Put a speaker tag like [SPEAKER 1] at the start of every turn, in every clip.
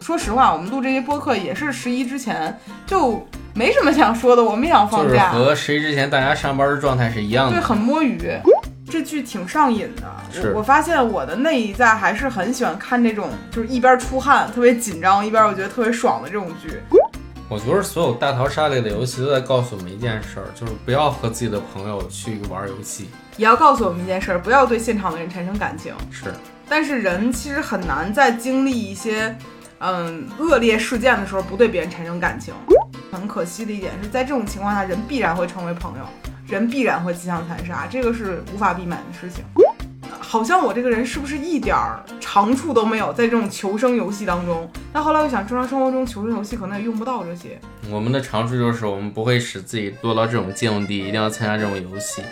[SPEAKER 1] 说实话，我们录这些播客也是十一之前就没什么想说的，我们想放
[SPEAKER 2] 就是
[SPEAKER 1] 假，
[SPEAKER 2] 和谁之前大家上班的状态是一样
[SPEAKER 1] 对，
[SPEAKER 2] 的。
[SPEAKER 1] 很摸鱼。这剧挺上瘾的，
[SPEAKER 2] 是
[SPEAKER 1] 我我发现我的那一代还是很喜欢看这种，就是一边出汗特别紧张，一边我觉得特别爽的这种剧。
[SPEAKER 2] 我觉得所有大逃杀类的游戏都在告诉我们一件事儿，就是不要和自己的朋友去玩游戏。
[SPEAKER 1] 也要告诉我们一件事儿，不要对现场的人产生感情。
[SPEAKER 2] 是，
[SPEAKER 1] 但是人其实很难在经历一些，嗯，恶劣事件的时候不对别人产生感情。很可惜的一点是在这种情况下，人必然会成为朋友，人必然会自相残杀，这个是无法避免的事情。好像我这个人是不是一点儿长处都没有，在这种求生游戏当中？但后来我想，正常生活中求生游戏可能也用不到这些。
[SPEAKER 2] 我们的长处就是我们不会使自己落到这种境地，一定要参加这种游戏。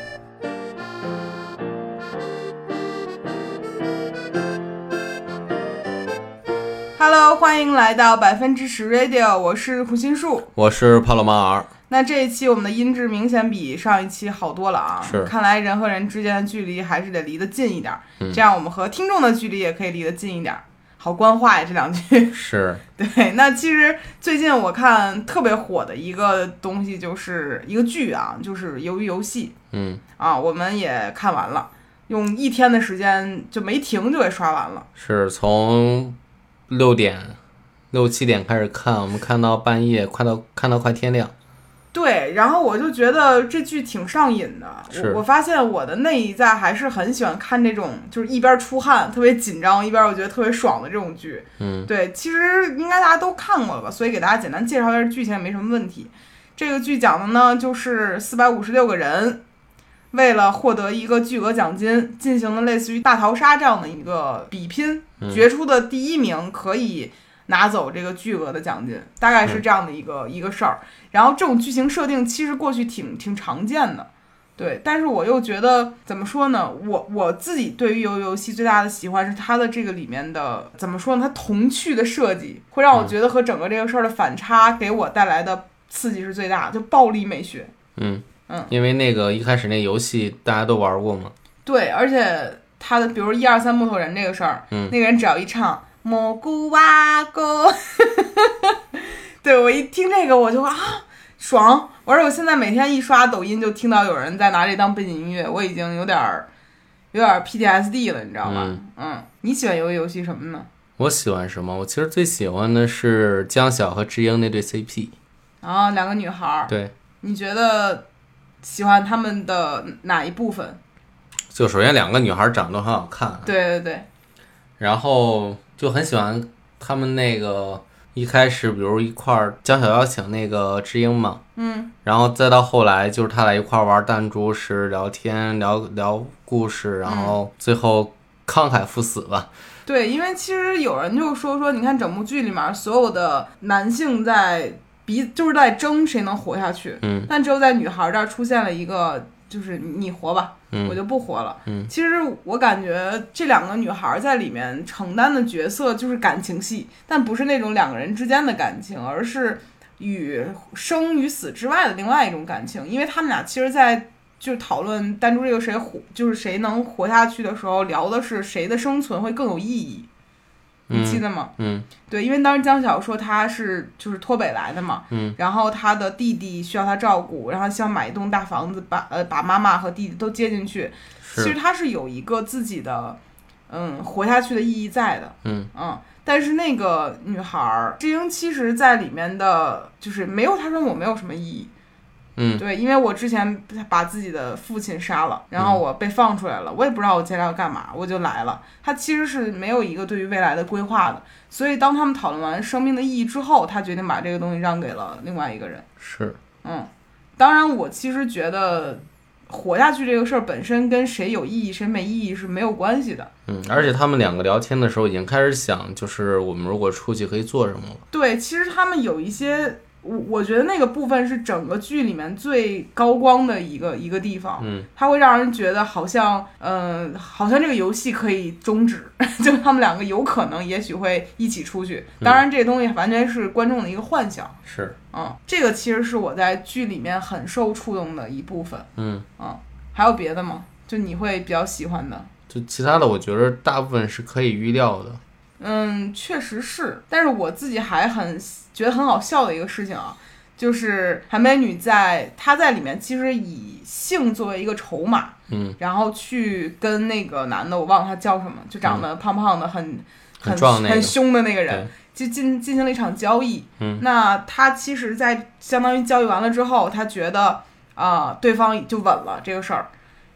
[SPEAKER 1] Hello，欢迎来到百分之十 Radio，我是胡心树，
[SPEAKER 2] 我是帕洛马尔，
[SPEAKER 1] 那这一期我们的音质明显比上一期好多了啊！
[SPEAKER 2] 是
[SPEAKER 1] 看来人和人之间的距离还是得离得近一点儿，
[SPEAKER 2] 嗯
[SPEAKER 1] 这样我们和听众的距离也可以离得近一点儿。好官话呀，这两句。
[SPEAKER 2] 是
[SPEAKER 1] 对，那其实最近我看特别火的一个东西，就是一个剧啊，就是《鱿鱼游戏
[SPEAKER 2] 嗯》
[SPEAKER 1] 啊，我们也看完了，用一天的时间就没停就给刷完了。
[SPEAKER 2] 是从六点六七点开始看，我们看到半夜，快到看到快天亮。
[SPEAKER 1] 对，然后我就觉得这剧挺上瘾的。
[SPEAKER 2] 是
[SPEAKER 1] 我我发现我的那一代还是很喜欢看这种，就是一边出汗特别紧张，一边我觉得特别爽的这种剧。
[SPEAKER 2] 嗯，
[SPEAKER 1] 对，其实应该大家都看过了吧，所以给大家简单介绍一下剧情也没什么问题。这个剧讲的呢，就是四百五十六个人为了获得一个巨额奖金，进行了类似于大逃杀这样的一个比拼，
[SPEAKER 2] 嗯
[SPEAKER 1] 决出的第一名可以拿走这个巨额的奖金，大概
[SPEAKER 2] 嗯
[SPEAKER 1] 是这样的一个、一个事儿。然后这种剧情设定其实过去挺挺常见的。对，但是我又觉得怎么说呢？我我自己对于游游戏最大的喜欢是它的这个里面的怎么说呢？它童趣的设计会让我觉得和整个这个事儿的反差给我带来的刺激是最大的，就暴力美学。
[SPEAKER 2] 嗯
[SPEAKER 1] 嗯
[SPEAKER 2] 因为那个一开始那游戏大家都玩过嘛，
[SPEAKER 1] 对，而且他的比如一二三木头人这个事儿，
[SPEAKER 2] 嗯
[SPEAKER 1] 那个人只要一唱蘑菇哇哥， 对我一听这个我就啊爽，而且我现在每天一刷抖音就听到有人在拿这当背景音乐，我已经有点儿有点儿 PTSD 了，你知道吧？嗯
[SPEAKER 2] 嗯
[SPEAKER 1] 你喜欢游戏游戏什么呢？
[SPEAKER 2] 我喜欢什么？我其实最喜欢的是江晓和智英那对 CP。
[SPEAKER 1] 啊，两个女孩儿，
[SPEAKER 2] 对，
[SPEAKER 1] 你觉得喜欢她们的哪一部分？
[SPEAKER 2] 嗯就首先两个女孩长得都很好看，
[SPEAKER 1] 对对对，
[SPEAKER 2] 然后就很喜欢她们那个一开始，比如一块儿江晓邀请那个智英嘛，
[SPEAKER 1] 嗯，
[SPEAKER 2] 然后再到后来就是他俩一块儿玩弹珠石、聊天、聊聊故事，然后最后慷慨赴死吧。
[SPEAKER 1] 对，因为其实有人就说说，你看整部剧里面所有的男性在比就是在争谁能活下去，
[SPEAKER 2] 嗯，
[SPEAKER 1] 但只有在女孩这儿出现了一个，就是你活吧，
[SPEAKER 2] 嗯
[SPEAKER 1] 我就不活了。
[SPEAKER 2] 嗯，
[SPEAKER 1] 其实我感觉这两个女孩在里面承担的角色就是感情戏，但不是那种两个人之间的感情，而是与生与死之外的另外一种感情，因为他们俩其实，在。就是讨论单珠这个谁活，就是谁能活下去的时候，聊的是谁的生存会更有意义。你记
[SPEAKER 2] 嗯
[SPEAKER 1] 得吗？
[SPEAKER 2] 嗯
[SPEAKER 1] 对，因为当时江晓说他是就是脱北来的嘛，
[SPEAKER 2] 嗯，
[SPEAKER 1] 然后他的弟弟需要他照顾，然后希望买一栋大房子把呃把妈妈和弟弟都接进去。其实
[SPEAKER 2] 是
[SPEAKER 1] 他是有一个自己的嗯活下去的意义在的，
[SPEAKER 2] 嗯
[SPEAKER 1] 嗯。但是那个女孩儿，智英其实在里面的就是没有她说我没有什么意义，
[SPEAKER 2] 嗯
[SPEAKER 1] 对，因为我之前把自己的父亲杀了，然后我被放出来了，我也不知道我接下来要干嘛，我就来了。他其实是没有一个对于未来的规划的，所以当他们讨论完生命的意义之后，他决定把这个东西让给了另外一个人。
[SPEAKER 2] 是
[SPEAKER 1] 嗯，当然，我其实觉得活下去这个事儿本身跟谁有意义、谁没意义是没有关系的。
[SPEAKER 2] 嗯，而且他们两个聊天的时候已经开始想，就是我们如果出去可以做什么了。
[SPEAKER 1] 对，其实他们有一些，我我觉得那个部分是整个剧里面最高光的一个一个地方。
[SPEAKER 2] 嗯，
[SPEAKER 1] 它会让人觉得好像，嗯、好像这个游戏可以终止， 就他们两个有可能也许会一起出去。当然，这东西完全是观众的一个幻想。
[SPEAKER 2] 是
[SPEAKER 1] 嗯，这个其实是我在剧里面很受触动的一部分。
[SPEAKER 2] 嗯。
[SPEAKER 1] 嗯，还有别的吗？就你会比较喜欢的？
[SPEAKER 2] 就其他的，我觉得大部分是可以预料的。
[SPEAKER 1] 嗯，确实是。但是我自己还很觉得很好笑的一个事情啊，就是韩美女在她在里面其实以性作为一个筹码，
[SPEAKER 2] 嗯，
[SPEAKER 1] 然后去跟那个男的，我忘了他叫什么，就长得胖胖的，很
[SPEAKER 2] 嗯很
[SPEAKER 1] 很
[SPEAKER 2] 壮那个
[SPEAKER 1] 很凶的那个人
[SPEAKER 2] 对，
[SPEAKER 1] 就进进行了一场交易。
[SPEAKER 2] 嗯，
[SPEAKER 1] 那他其实，在相当于交易完了之后，他觉得啊、对方就稳了这个事儿。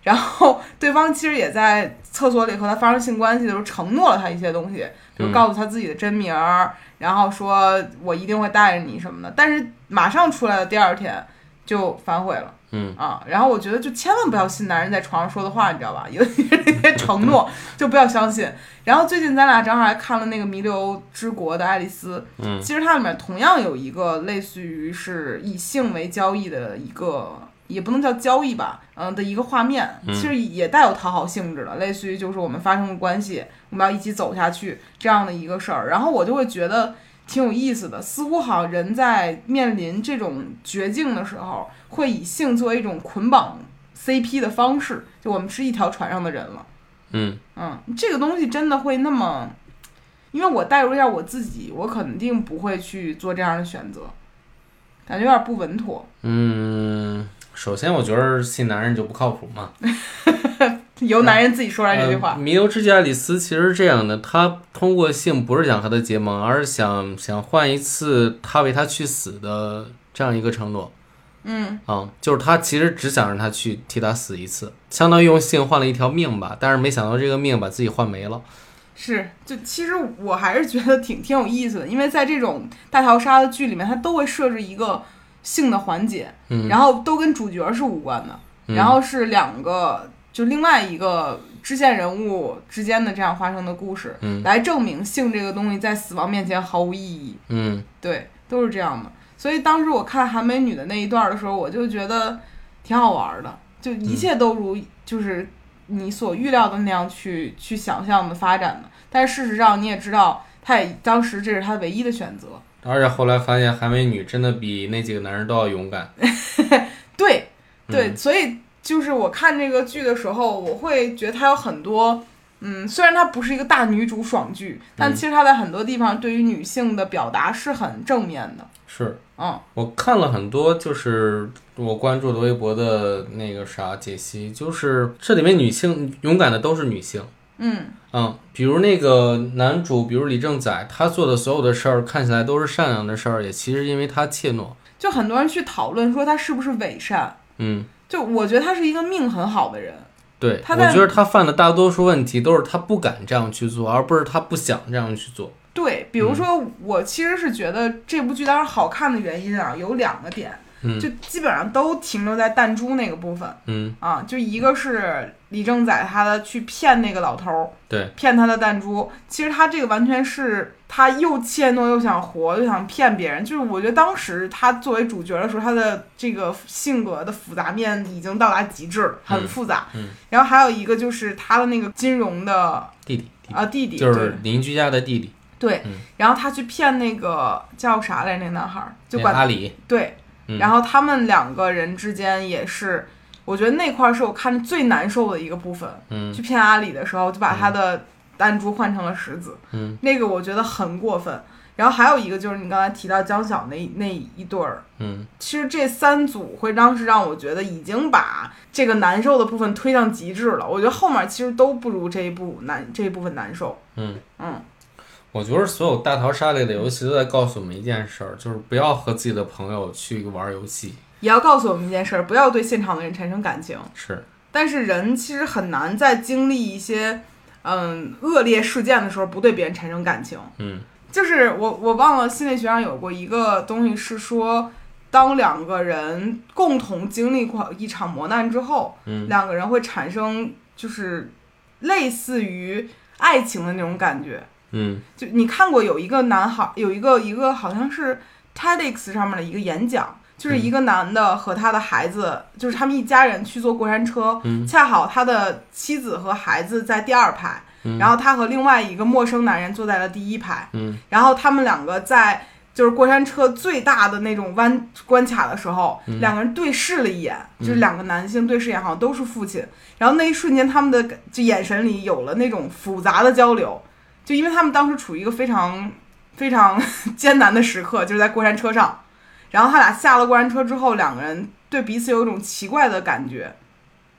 [SPEAKER 1] 然后对方其实也在厕所里和他发生性关系的时候承诺了他一些东西，比如
[SPEAKER 2] 嗯
[SPEAKER 1] 告诉他自己的真名儿，然后说我一定会带着你什么的。但是马上出来的第二天就反悔了。
[SPEAKER 2] 嗯
[SPEAKER 1] 啊，然后我觉得就千万不要信男人在床上说的话，你知道吧？ 有那些承诺就不要相信。然后最近咱俩正好还看了那个《弥留之国的爱丽丝》，
[SPEAKER 2] 嗯
[SPEAKER 1] 其实它里面同样有一个类似于是以性为交易的一个，也不能叫交易吧，嗯、的一个画面，
[SPEAKER 2] 嗯
[SPEAKER 1] 其实也带有讨好性质的，类似于就是我们发生了关系，我们要一起走下去这样的一个事儿。然后我就会觉得挺有意思的，似乎好像人在面临这种绝境的时候，会以性作为一种捆绑 CP 的方式，就我们是一条船上的人了。
[SPEAKER 2] 嗯
[SPEAKER 1] 嗯，这个东西真的会那么，因为我代入一下我自己，我肯定不会去做这样的选择，感觉有点不稳妥，
[SPEAKER 2] 嗯，首先我觉得信男人就不靠谱嘛。
[SPEAKER 1] 由男人自己说出来这句
[SPEAKER 2] 呃
[SPEAKER 1] 话。
[SPEAKER 2] 弥留之际爱丽丝其实是这样的，她通过性不是想和他结盟，而是想想换一次他为他去死的这样一个承诺。嗯，啊，就是她其实只想让他去替他死一次，相当于用性换了一条命吧。但是没想到这个命把自己换没了。
[SPEAKER 1] 是，就其实我还是觉得挺挺有意思的，因为在这种大逃杀的剧里面，它都会设置一个性的环节，
[SPEAKER 2] 嗯
[SPEAKER 1] 然后都跟主角是无关的，
[SPEAKER 2] 嗯
[SPEAKER 1] 然后是两个就另外一个支线人物之间的这样发生的故事，
[SPEAKER 2] 嗯
[SPEAKER 1] 来证明性这个东西在死亡面前毫无意义。
[SPEAKER 2] 嗯
[SPEAKER 1] 对，都是这样的。所以当时我看韩美女的那一段儿的时候，我就觉得挺好玩儿的，就一切都如就是你所预料的那样去去想象的发展的。但是事实上你也知道，她也当时这是她唯一的选择。
[SPEAKER 2] 而且后来发现韩美女真的比那几个男人都要勇敢。
[SPEAKER 1] 对对，
[SPEAKER 2] 嗯
[SPEAKER 1] 所以就是我看这个剧的时候，我会觉得它有很多。嗯，虽然它不是一个大女主爽剧，但
[SPEAKER 2] 嗯
[SPEAKER 1] 其实它在很多地方对于女性的表达是很正面的。
[SPEAKER 2] 是，
[SPEAKER 1] 嗯
[SPEAKER 2] 我看了很多，就是我关注的微博的那个啥解析，就是这里面女性勇敢的都是女性，
[SPEAKER 1] 嗯
[SPEAKER 2] 嗯，比如那个男主，比如李正宰，他做的所有的事儿看起来都是善良的事儿，也其实因为他怯懦，
[SPEAKER 1] 就很多人去讨论说她是不是伪善，
[SPEAKER 2] 嗯，
[SPEAKER 1] 就我觉得他是一个命很好的人，
[SPEAKER 2] 对，
[SPEAKER 1] 他
[SPEAKER 2] 我
[SPEAKER 1] 在
[SPEAKER 2] 觉得他犯的大多数问题都是他不敢这样去做，而不是他不想这样去做，
[SPEAKER 1] 对，比如说我其实是觉得这部剧当时好看的原因啊，有两个点，
[SPEAKER 2] 嗯
[SPEAKER 1] 就基本上都停留在弹珠那个部分
[SPEAKER 2] 嗯，
[SPEAKER 1] 啊，就一个是李正宰他的去骗那个老头儿，
[SPEAKER 2] 对，
[SPEAKER 1] 骗他的弹珠，其实他这个完全是他又怯懦又想活又想骗别人，就是我觉得当时他作为主角的时候，他的这个性格的复杂面已经到达极致了，很复杂。
[SPEAKER 2] 嗯嗯
[SPEAKER 1] 然后还有一个就是他的那个金融的
[SPEAKER 2] 弟弟，弟
[SPEAKER 1] 啊弟弟，
[SPEAKER 2] 弟就
[SPEAKER 1] 对
[SPEAKER 2] 是邻居家的弟弟，
[SPEAKER 1] 对，
[SPEAKER 2] 嗯
[SPEAKER 1] 然后他去骗那个叫啥来着那男孩儿，就
[SPEAKER 2] 那
[SPEAKER 1] 管
[SPEAKER 2] 阿里，
[SPEAKER 1] 对，
[SPEAKER 2] 嗯
[SPEAKER 1] 然后他们两个人之间也是，我觉得那块儿是我看最难受的一个部分。
[SPEAKER 2] 嗯
[SPEAKER 1] 去骗阿里的时候，就把他的弹珠换成了石子，
[SPEAKER 2] 嗯，
[SPEAKER 1] 那个我觉得很过分。然后还有一个就是你刚才提到江晓那那一对儿，
[SPEAKER 2] 嗯
[SPEAKER 1] 其实这三组会当时让我觉得已经把这个难受的部分推向极致了。我觉得后面其实都不如这一部难这一部分难受。
[SPEAKER 2] 嗯
[SPEAKER 1] 嗯，
[SPEAKER 2] 我觉得所有大逃杀类的游戏都在告诉我们一件事儿，就是不要和自己的朋友去玩游戏。
[SPEAKER 1] 也要告诉我们一件事儿，不要对现场的人产生感情。
[SPEAKER 2] 是，
[SPEAKER 1] 但是人其实很难在经历一些嗯恶劣事件的时候不对别人产生感情。
[SPEAKER 2] 嗯
[SPEAKER 1] 就是我我忘了心理学上有过一个东西是说，当两个人共同经历过一场磨难之后，
[SPEAKER 2] 嗯
[SPEAKER 1] 两个人会产生就是类似于爱情的那种感觉。
[SPEAKER 2] 嗯
[SPEAKER 1] 就你看过有一个男孩，有一个一个好像是 TEDx 上面的一个演讲，就是
[SPEAKER 2] 嗯
[SPEAKER 1] 一个男的和他的孩子，就是他们一家人去坐过山车，
[SPEAKER 2] 嗯
[SPEAKER 1] 恰好他的妻子和孩子在第二排，
[SPEAKER 2] 嗯
[SPEAKER 1] 然后他和另外一个陌生男人坐在了第一排，
[SPEAKER 2] 嗯
[SPEAKER 1] 然后他们两个在就是过山车最大的那种弯关卡的时候，
[SPEAKER 2] 嗯
[SPEAKER 1] 两个人对视了一眼，就是两个男性对视一眼，好像都是父亲。然后那一瞬间，他们的就眼神里有了那种复杂的交流，就因为他们当时处于一个非常非常 艰难的时刻，就是在过山车上。然后他俩下了过山车之后，两个人对彼此有一种奇怪的感觉。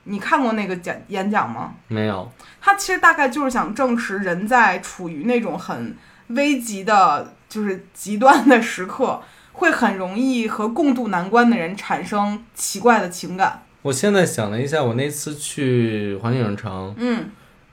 [SPEAKER 1] 你看过那个讲演讲吗？
[SPEAKER 2] 没有，
[SPEAKER 1] 他其实大概就是想证实人在处于那种很危急的，就是极端的时刻，会很容易和共度难关的人产生奇怪的情感。
[SPEAKER 2] 我现在想了一下，我那次去环球影城，
[SPEAKER 1] 嗯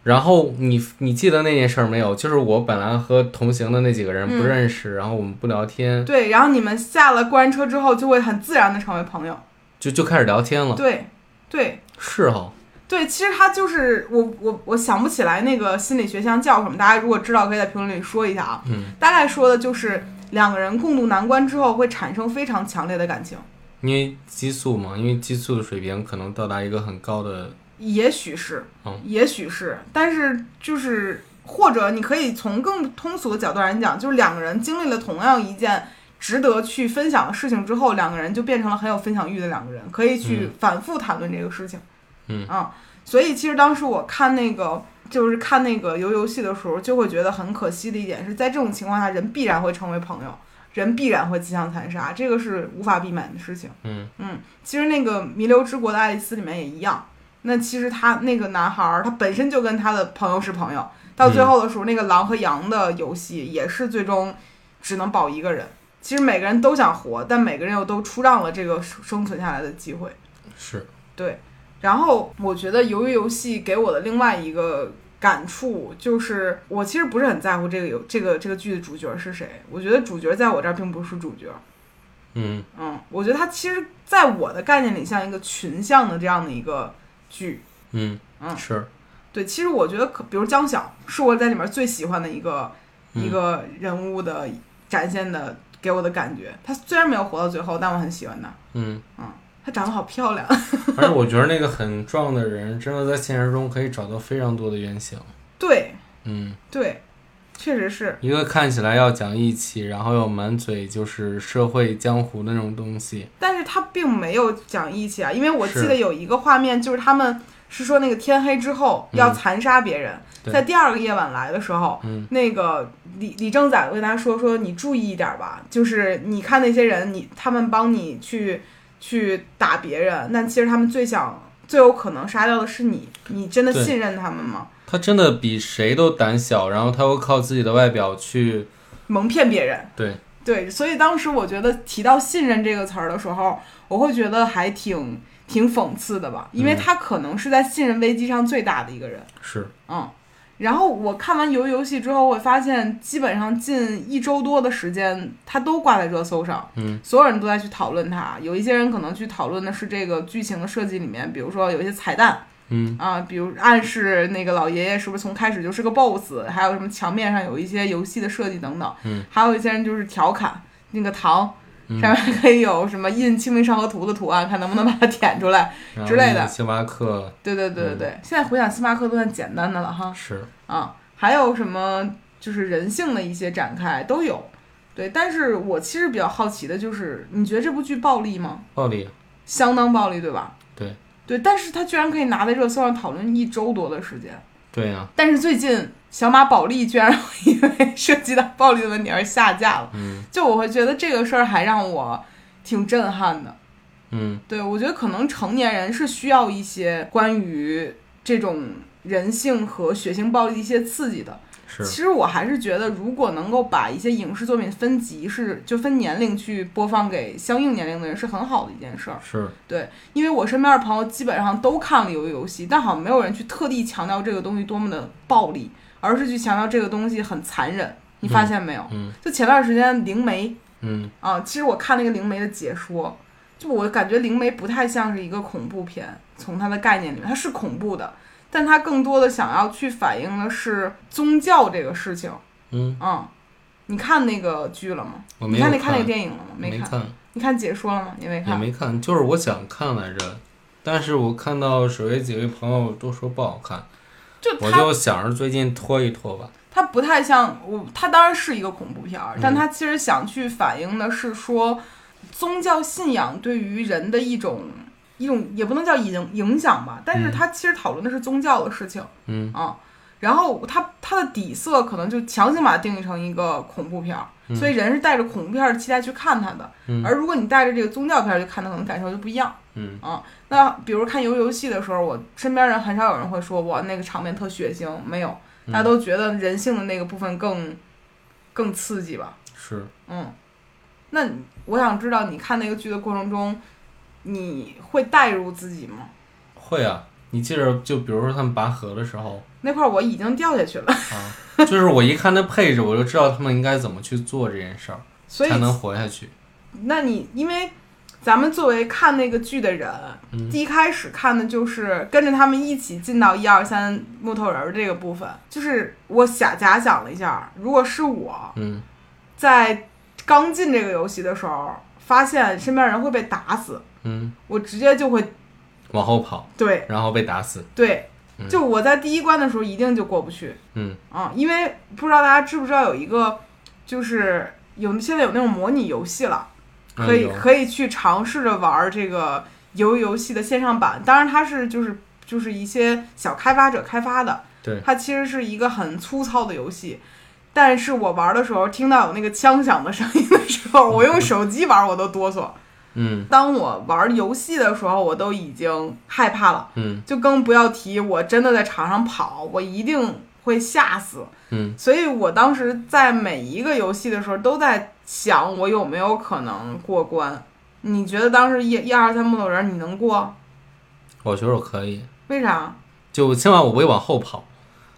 [SPEAKER 2] 然后你你记得那件事儿没有？就是我本来和同行的那几个人不
[SPEAKER 1] 嗯
[SPEAKER 2] 认识，然后我们不聊天，
[SPEAKER 1] 对。然后你们下了过山车之后，就会很自然的成为朋友。
[SPEAKER 2] 就就开始聊天了。
[SPEAKER 1] 对，对，
[SPEAKER 2] 是哦哈，
[SPEAKER 1] 对。其实他就是我，我我想不起来那个心理学家叫什么，大家如果知道可以在评论里说一下啊。
[SPEAKER 2] 嗯，
[SPEAKER 1] 大概说的就是两个人共度难关之后会产生非常强烈的感情，
[SPEAKER 2] 因为激素嘛，因为激素的水平可能到达一个很高的，
[SPEAKER 1] 也许是
[SPEAKER 2] 嗯，
[SPEAKER 1] 也许是，但是就是或者你可以从更通俗的角度来讲，就是两个人经历了同样一件。值得去分享的事情之后，两个人就变成了很有分享欲的两个人，可以去
[SPEAKER 2] 嗯
[SPEAKER 1] 反复谈论这个事情。
[SPEAKER 2] 嗯
[SPEAKER 1] 啊，所以其实当时我看那个就是看那个游游戏的时候，就会觉得很可惜的一点是在这种情况下，人必然会成为朋友，人必然会自相残杀，这个是无法避免的事情。
[SPEAKER 2] 嗯
[SPEAKER 1] 嗯，其实那个《弥留之国的爱丽丝》里面也一样。那其实他那个男孩儿，他本身就跟他的朋友是朋友，到最后的时候，那个狼和羊的游戏也是最终只能保一个人。其实每个人都想活，但每个人又都出让了这个生生存下来的机会。
[SPEAKER 2] 是，
[SPEAKER 1] 然后我觉得《鱿鱼游戏》给我的另外一个感触就是，我其实不是很在乎这个游这个这个剧的主角是谁，我觉得主角在我这儿并不是主角。
[SPEAKER 2] 嗯
[SPEAKER 1] 嗯，我觉得它其实在我的概念里像一个群像的这样的一个剧。
[SPEAKER 2] 嗯
[SPEAKER 1] 嗯
[SPEAKER 2] 是，
[SPEAKER 1] 对，其实我觉得可，比如江晓是我在里面最喜欢的一个、一
[SPEAKER 2] 嗯
[SPEAKER 1] 个人物的展现的，给我的感觉。他虽然没有活到最后，但我很喜欢他。
[SPEAKER 2] 嗯，
[SPEAKER 1] 她长得好漂亮，
[SPEAKER 2] 而且我觉得那个很壮的人，真的在现实中可以找到非常多的原型。
[SPEAKER 1] 对
[SPEAKER 2] 嗯，
[SPEAKER 1] 对，确实是。
[SPEAKER 2] 一个看起来要讲义气，然后又满嘴就是社会江湖那种东西。
[SPEAKER 1] 但是他并没有讲义气啊，因为我
[SPEAKER 2] 是
[SPEAKER 1] 记得有一个画面，就是他们是说那个天黑之后要
[SPEAKER 2] 嗯
[SPEAKER 1] 残杀别人，
[SPEAKER 2] 对
[SPEAKER 1] 在第二个夜晚来的时候，
[SPEAKER 2] 嗯
[SPEAKER 1] 那个李李正宰跟他说说你注意一点吧，就是你看那些人，你他们帮你去去打别人，但其实他们最想最有可能杀掉的是你，你真的
[SPEAKER 2] 对
[SPEAKER 1] 信任他们吗？
[SPEAKER 2] 他真的比谁都胆小，然后他又靠自己的外表去，
[SPEAKER 1] 蒙骗别人。
[SPEAKER 2] 对
[SPEAKER 1] 对，所以当时我觉得提到信任这个词儿的时候，我会觉得还挺挺讽刺的吧，因为
[SPEAKER 2] 嗯
[SPEAKER 1] 他可能是在信任危机上最大的一个人。
[SPEAKER 2] 是，
[SPEAKER 1] 嗯，然后我看完《游游戏》之后，我发现基本上近一周多的时间，他都挂在热搜上，
[SPEAKER 2] 嗯，
[SPEAKER 1] 所有人都在去讨论他。有一些人可能去讨论的是这个剧情的设计里面，比如说有一些彩蛋，
[SPEAKER 2] 嗯
[SPEAKER 1] 啊，比如暗示那个老爷爷是不是从开始就是个 BOSS，还有什么墙面上有一些游戏的设计等等，
[SPEAKER 2] 嗯，
[SPEAKER 1] 还有一些人就是调侃那个糖。上面可以有什么印《清明上河图》的图案，看能不能把它舔出来。
[SPEAKER 2] 然后
[SPEAKER 1] 之类的
[SPEAKER 2] 星巴克
[SPEAKER 1] 对对对对对，现在回想星巴克都算简单的了哈。
[SPEAKER 2] 是，
[SPEAKER 1] 啊，还有什么就是人性的一些展开都有。对，但是我其实比较好奇的就是，你觉得这部剧暴力吗？
[SPEAKER 2] 暴力，
[SPEAKER 1] 相当暴力，对吧？
[SPEAKER 2] 对
[SPEAKER 1] 对，但是它居然可以拿在热搜上讨论一周多的时间。
[SPEAKER 2] 对啊呀、
[SPEAKER 1] 但是最近小马宝莉居然 会因为涉及到暴力的问题而下架了，
[SPEAKER 2] 嗯
[SPEAKER 1] 就我会觉得这个事儿还让我挺震撼的。
[SPEAKER 2] 嗯
[SPEAKER 1] 对我觉得可能成年人是需要一些关于这种人性和血腥暴力的一些刺激的。
[SPEAKER 2] 是，
[SPEAKER 1] 其实我还是觉得，如果能够把一些影视作品分级是就分年龄去播放给相应年龄的人，是很好的一件事儿。
[SPEAKER 2] 是，
[SPEAKER 1] 因为我身边的朋友基本上都看了《鱿鱼游戏》，但好像没有人去特地强调这个东西多么的暴力，而是去强调这个东西很残忍。你发现没有？
[SPEAKER 2] 嗯
[SPEAKER 1] 就前段时间灵媒
[SPEAKER 2] 嗯
[SPEAKER 1] 啊，其实我看那个灵媒的解说，就我感觉灵媒不太像是一个恐怖片，从它的概念里面，它是恐怖的，但它更多的想要去反映的是宗教这个事情。
[SPEAKER 2] 嗯，
[SPEAKER 1] 嗯，你看那个剧了吗？
[SPEAKER 2] 我
[SPEAKER 1] 你
[SPEAKER 2] 没有
[SPEAKER 1] 看那看那个电影了吗？
[SPEAKER 2] 没
[SPEAKER 1] 看。
[SPEAKER 2] 看，
[SPEAKER 1] 你看解说了吗？也没
[SPEAKER 2] 也
[SPEAKER 1] 看。
[SPEAKER 2] 没看，就是我想看来着，但是我看到首页几位朋友都说不好看，
[SPEAKER 1] 就
[SPEAKER 2] 我
[SPEAKER 1] 它
[SPEAKER 2] 就想着最近拖一拖吧。
[SPEAKER 1] 它不太像我，它当然是一个恐怖片儿
[SPEAKER 2] 嗯，
[SPEAKER 1] 但它其实想去反映的是说，宗教信仰对于人的一种一种也不能叫影影响吧，但是它其实讨论的是宗教的事情
[SPEAKER 2] 嗯
[SPEAKER 1] 啊。然后它它的底色可能就强行把它定义成一个恐怖片儿，所以人是带着恐怖片儿的期待去看它的。
[SPEAKER 2] 嗯
[SPEAKER 1] 而如果你带着这个宗教片儿去看，它可能感受就不一样。
[SPEAKER 2] 嗯
[SPEAKER 1] 啊，那比如看游游戏的时候，我身边人很少有人会说哇那个场面特血腥，没有，
[SPEAKER 2] 嗯
[SPEAKER 1] 大家都觉得人性的那个部分更更刺激吧。
[SPEAKER 2] 是
[SPEAKER 1] 嗯，那你我想知道你看那个剧的过程中，你会带入自己吗？
[SPEAKER 2] 会啊。你记着，就比如说他们拔河的时候，啊
[SPEAKER 1] 那块儿我已经掉下去了，
[SPEAKER 2] 就是我一看那配置，我就知道他们应该怎么去做这件事儿，
[SPEAKER 1] 所以
[SPEAKER 2] 才能活下去。
[SPEAKER 1] 那你因为咱们作为看那个剧的人，
[SPEAKER 2] 嗯
[SPEAKER 1] 第一开始看的就是跟着他们一起进到一二三木头人儿这个部分，就是我假假想了一下，如果是我
[SPEAKER 2] 嗯
[SPEAKER 1] 在刚进这个游戏的时候，发现身边人会被打死，
[SPEAKER 2] 嗯，
[SPEAKER 1] 我直接就会
[SPEAKER 2] 往后跑，
[SPEAKER 1] 对
[SPEAKER 2] 然后被打死。
[SPEAKER 1] 对
[SPEAKER 2] 嗯，
[SPEAKER 1] 就我在第一关的时候一定就过不去，
[SPEAKER 2] 嗯
[SPEAKER 1] 啊，因为不知道大家知不知道有一个，就是有现在有那种模拟游戏了，
[SPEAKER 2] 嗯
[SPEAKER 1] 可以、
[SPEAKER 2] 有
[SPEAKER 1] 可以去尝试着玩儿这个游游戏的线上版。当然，它是就是就是一些小开发者开发的，
[SPEAKER 2] 对
[SPEAKER 1] 它其实是一个很粗糙的游戏。但是我玩儿的时候，听到有那个枪响的声音的时候，我用手机玩儿我都哆嗦。
[SPEAKER 2] 嗯
[SPEAKER 1] 当我玩儿游戏的时候，我都已经害怕了，
[SPEAKER 2] 嗯
[SPEAKER 1] 就更不要提我真的在场上跑，我一定会吓死。
[SPEAKER 2] 嗯
[SPEAKER 1] 所以我当时在每一个游戏的时候都在想，我有没有可能过关？你觉得当时一一二三木头人你能过？
[SPEAKER 2] 我觉得我可以，
[SPEAKER 1] 为啥
[SPEAKER 2] 就起码我不会往后跑，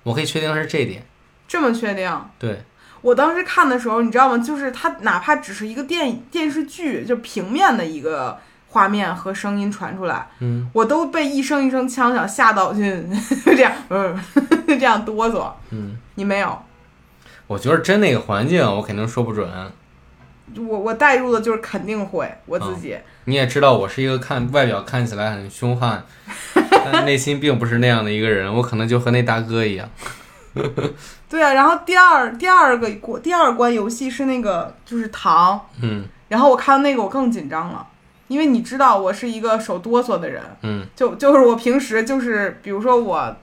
[SPEAKER 2] 我可以确定是这一点。
[SPEAKER 1] 这么确定？
[SPEAKER 2] 对，
[SPEAKER 1] 我当时看的时候，你知道吗？就是它哪怕只是一个电电视剧，就平面的一个画面和声音传出来，
[SPEAKER 2] 嗯，
[SPEAKER 1] 我都被一声一声枪响吓到，就就这样，嗯， 这样哆嗦。
[SPEAKER 2] 嗯，
[SPEAKER 1] 你没有？
[SPEAKER 2] 我觉得真那个环境，我肯定说不准。
[SPEAKER 1] 我我带入的就是肯定会我自己。
[SPEAKER 2] 你也知道，我是一个看外表看起来很凶悍， 但内心并不是那样的一个人。我可能就和那大哥一样。
[SPEAKER 1] 对啊，然后第二第二个关第二关游戏是那个就是糖，
[SPEAKER 2] 嗯
[SPEAKER 1] 然后我看到那个我更紧张了，因为你知道我是一个手哆嗦的人，
[SPEAKER 2] 嗯
[SPEAKER 1] 就就是我平时就是比如说我。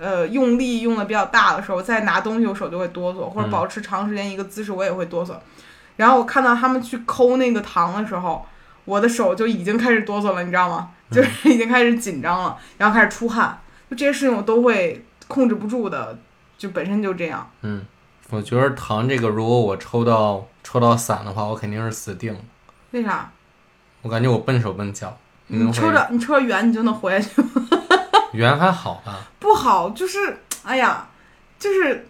[SPEAKER 1] 呃，用力用的比较大的时候，再拿东西我手就会哆嗦，或者
[SPEAKER 2] 嗯
[SPEAKER 1] 保持长时间一个姿势我也会哆嗦。然后我看到他们去抠那个糖的时候，我的手就已经开始哆嗦了，你知道吗？
[SPEAKER 2] 嗯
[SPEAKER 1] 就是已经开始紧张了，然后开始出汗，就这些事情我都会控制不住的，就本身就这样。
[SPEAKER 2] 嗯，我觉得糖这个，如果我抽到抽到伞的话，我肯定是死定了。
[SPEAKER 1] 为啥？
[SPEAKER 2] 我感觉我笨手笨脚，你
[SPEAKER 1] 你嗯
[SPEAKER 2] 能
[SPEAKER 1] 抽
[SPEAKER 2] 回
[SPEAKER 1] 着你抽着圆，你就能活下去。
[SPEAKER 2] 圆还好吧？
[SPEAKER 1] 不好，就是哎呀，就是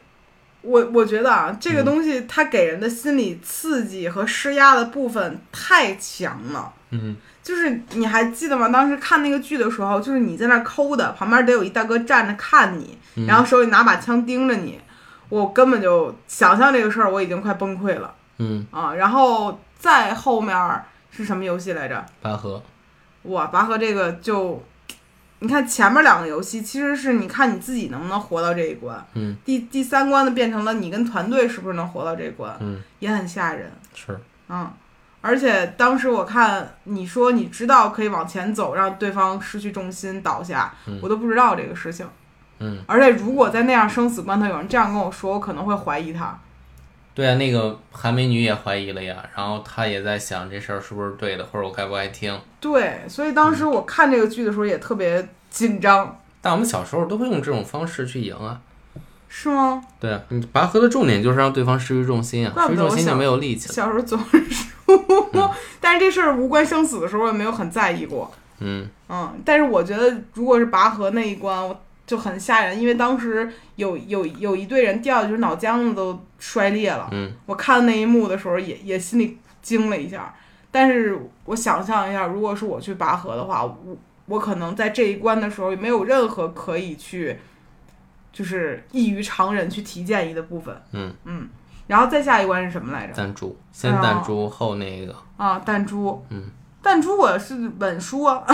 [SPEAKER 1] 我我觉得啊，这个
[SPEAKER 2] 嗯
[SPEAKER 1] 东西它给人的心理刺激和施压的部分太强了。
[SPEAKER 2] 嗯
[SPEAKER 1] 就是你还记得吗？当时看那个剧的时候，就是你在那儿抠的，旁边得有一大哥站着看你，
[SPEAKER 2] 嗯
[SPEAKER 1] 然后手里拿把枪盯着你。我根本就想象这个事儿，我已经快崩溃了
[SPEAKER 2] 嗯，
[SPEAKER 1] 啊！然后再后面儿是什么游戏来着？
[SPEAKER 2] 拔河。
[SPEAKER 1] 哇，拔河这个就，你看前面两个游戏其实是你看你自己能不能活到这一关，
[SPEAKER 2] 嗯，
[SPEAKER 1] 第第三关呢变成了你跟团队是不是能活到这一关，
[SPEAKER 2] 嗯，
[SPEAKER 1] 也很吓人，
[SPEAKER 2] 是，
[SPEAKER 1] 嗯，而且当时我看你说你知道可以往前走，让对方失去重心倒下，
[SPEAKER 2] 嗯
[SPEAKER 1] 我都不知道这个事情，
[SPEAKER 2] 嗯，
[SPEAKER 1] 而且如果在那样生死关头有人这样跟我说，我可能会怀疑他，
[SPEAKER 2] 对啊，那个韩美女也怀疑了呀，然后她也在想这事儿是不是对的，或者我该不该听。
[SPEAKER 1] 对，所以当时
[SPEAKER 2] 嗯
[SPEAKER 1] 我看这个剧的时候也特别紧张，
[SPEAKER 2] 但我们小时候都会用这种方式去赢啊。
[SPEAKER 1] 是吗？
[SPEAKER 2] 对啊，你拔河的重点就是让对方失去重心啊，
[SPEAKER 1] 怪
[SPEAKER 2] 失
[SPEAKER 1] 不
[SPEAKER 2] 去
[SPEAKER 1] 得我
[SPEAKER 2] 重心就
[SPEAKER 1] 小
[SPEAKER 2] 没有力气了。
[SPEAKER 1] 小时候总是输， 但是这事儿无关生死的时候，我也没有很在意过。
[SPEAKER 2] 嗯
[SPEAKER 1] 嗯，但是我觉得如果是拔河那一关，我就很吓人，因为当时有有有一队人掉，就是脑浆子都摔裂了。
[SPEAKER 2] 嗯
[SPEAKER 1] 我看那一幕的时候也，也心里惊了一下。但是我想象一下，如果是我去拔河的话，我我可能在这一关的时候也没有任何可以去，就是异于常人去提建议的部分。
[SPEAKER 2] 嗯
[SPEAKER 1] 嗯，然后再下一关是什么来着？
[SPEAKER 2] 弹珠，先
[SPEAKER 1] 啊
[SPEAKER 2] 弹珠，后那个。
[SPEAKER 1] 啊，弹珠，
[SPEAKER 2] 嗯，
[SPEAKER 1] 弹珠我是稳输啊，